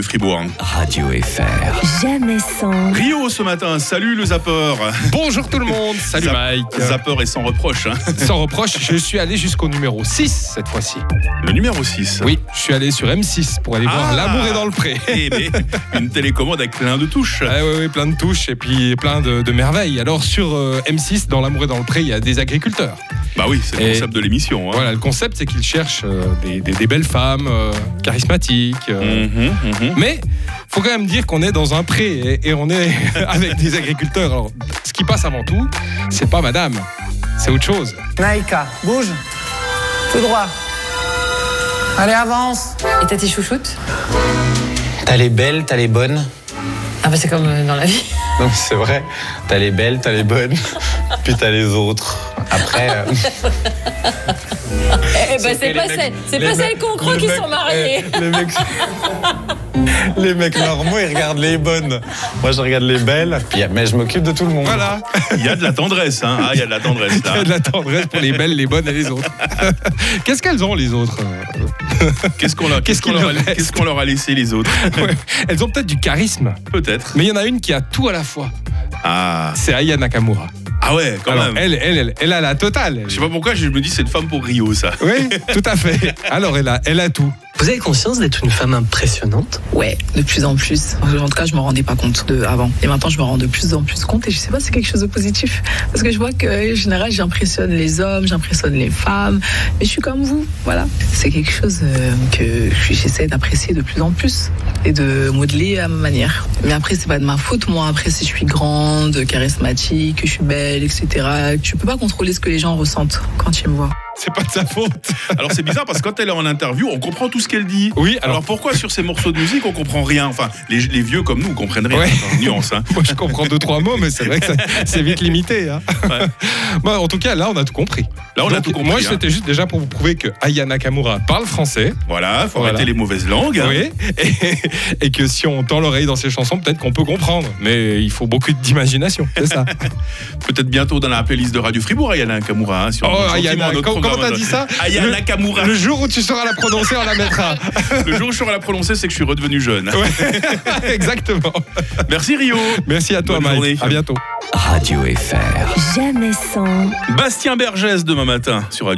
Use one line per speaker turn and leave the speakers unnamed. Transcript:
de Fribourg.
Radio FR.
Jamais sans.
Rio ce matin, salut le zapper.
Bonjour tout le monde, salut
Zap-
Mike.
Zapper est sans reproche. hein.
Sans reproche, je suis allé jusqu'au numéro 6 cette fois-ci.
Le numéro 6.
Oui, je suis allé sur M6 pour aller
Ah.
voir L'amour est dans le pré.
Eh ben, une télécommande avec plein de touches.
Ah oui, oui, plein de touches et puis plein de, de merveilles. Alors sur euh, M6, dans L'amour est dans le pré, il y a des agriculteurs.
Bah oui, c'est le
Et-
concept de l'émission. hein.
Voilà, le concept c'est qu'ils cherchent euh, des, des- des belles femmes, euh, charismatiques. euh.
Mhm, mhm.
Mais faut quand même dire qu'on est dans un pré et, et on est avec des agriculteurs. Alors ce qui passe avant tout, c'est pas madame, c'est autre chose.
Naïka, bouge. Tout droit. Allez, avance.
Et t'as tes chouchoutes
T'as les belles, t'as les bonnes.
Ah bah c'est comme euh, dans la vie.
Non, mais c'est vrai. T'as les belles, t'as les bonnes. Puis t'as les autres. Après, euh,
Eh bah c'est
les
pas
mecs-
celles, c'est
les
pas
mecs-
celles qu'on croit
les
qui
mecs-
sont mariées.
eh, les mecs. Les mecs normaux, ils regardent les bonnes. Moi, je regarde les belles. Puis, mais je m'occupe de tout le monde.
Voilà.
Il y a de la tendresse. hein. Ah, il y a de la tendresse
Il y
là.
a de la tendresse pour les belles, les bonnes et les autres. Qu'est-ce qu'elles ont les autres
Euh, Qu'est-ce qu'on leur, qu'est-ce
Qu'est-ce
qu'on
qu'il
leur a-
leur reste
qu'est-ce qu'on leur a laissé les autres
Ouais, Elles ont peut-être du charisme,
Peut-être.
mais il y en a une qui a tout à la fois.
Ah,
C'est Aya Nakamura.
ah ouais, quand
Alors,
même.
elle, elle, elle, elle a la totale. elle.
Je sais pas pourquoi je me dis c'est une femme pour Rio ça.
Oui, tout à fait. Alors elle a, elle a tout.
Vous avez conscience d'être une femme impressionnante
Ouais, de plus en plus. En tout cas, je m'en rendais pas compte de avant. Et maintenant, je me rends de plus en plus compte. Et je sais pas, c'est quelque chose de positif. Parce que je vois que, en général, j'impressionne les hommes, j'impressionne les femmes. Mais je suis comme vous. Voilà. C'est quelque chose euh, que j'essaie d'apprécier de plus en plus. Et de modeler à ma manière. Mais après, c'est pas de ma faute. Moi, après, si je suis grande, charismatique, que je suis belle, etc., tu peux pas contrôler ce que les gens ressentent quand ils me voient.
C'est pas de sa faute.
Alors c'est bizarre parce que quand elle est en interview, on comprend tout ce qu'elle dit.
Oui, alors,
Alors pourquoi sur ces morceaux de musique on comprend rien Enfin, les, les vieux comme nous comprennent rien.
Ouais.
Enfin, nuance. Hein.
moi je comprends deux trois mots, mais c'est vrai que ça- c'est vite limité. hein.
Ouais.
Bah, en tout cas, là on a tout compris.
Là on a
Donc,
tout compris.
Moi,
hein.
c'était juste déjà pour vous prouver que Aya Nakamura parle français.
Voilà, faut
Voilà.
arrêter les mauvaises langues. hein.
Oui, et, et que si on tend l'oreille dans ses chansons, peut-être qu'on peut comprendre. Mais il faut beaucoup d'imagination, c'est ça.
Peut-être bientôt dans la playlist de Radio Fribourg, Ayana Kamura. hein, si on
Oh,
prend gentiment
Ayana,
notre
comment- comment
programme.
t'as dit ça
Ayana
Le-
Kamura.
Le jour où tu sauras la prononcer, on la mettra.
Le jour où je saurai la prononcer, c'est que je suis redevenu jeune.
Exactement.
Merci Rio.
Merci à toi,
Bonne
Mike.
journée.
À bientôt.
Radio FR.
Jamais sans.
Bastien Bergès demain matin sur Radio.